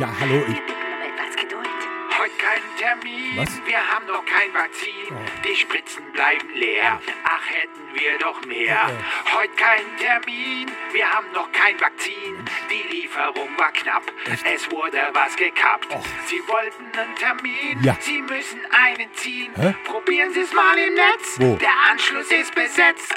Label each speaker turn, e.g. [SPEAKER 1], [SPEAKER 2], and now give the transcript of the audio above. [SPEAKER 1] Ja, hallo. Ich,
[SPEAKER 2] bitte um etwas Geduld.
[SPEAKER 3] Heute keinen Termin.
[SPEAKER 1] Was? Oh.
[SPEAKER 3] Wir haben noch kein Vakzin. Die Spritzen bleiben leer. Ach, hätten wir doch mehr. Heute keinen Termin. Wir haben noch kein Vakzin. Die Lieferung war knapp. Es wurde was gekappt. Sie wollten einen Termin.
[SPEAKER 1] Ja.
[SPEAKER 3] Sie müssen einen ziehen.
[SPEAKER 1] Hä?
[SPEAKER 3] Probieren Sie es mal im Netz.
[SPEAKER 1] Wo?
[SPEAKER 3] Der Anschluss ist besetzt.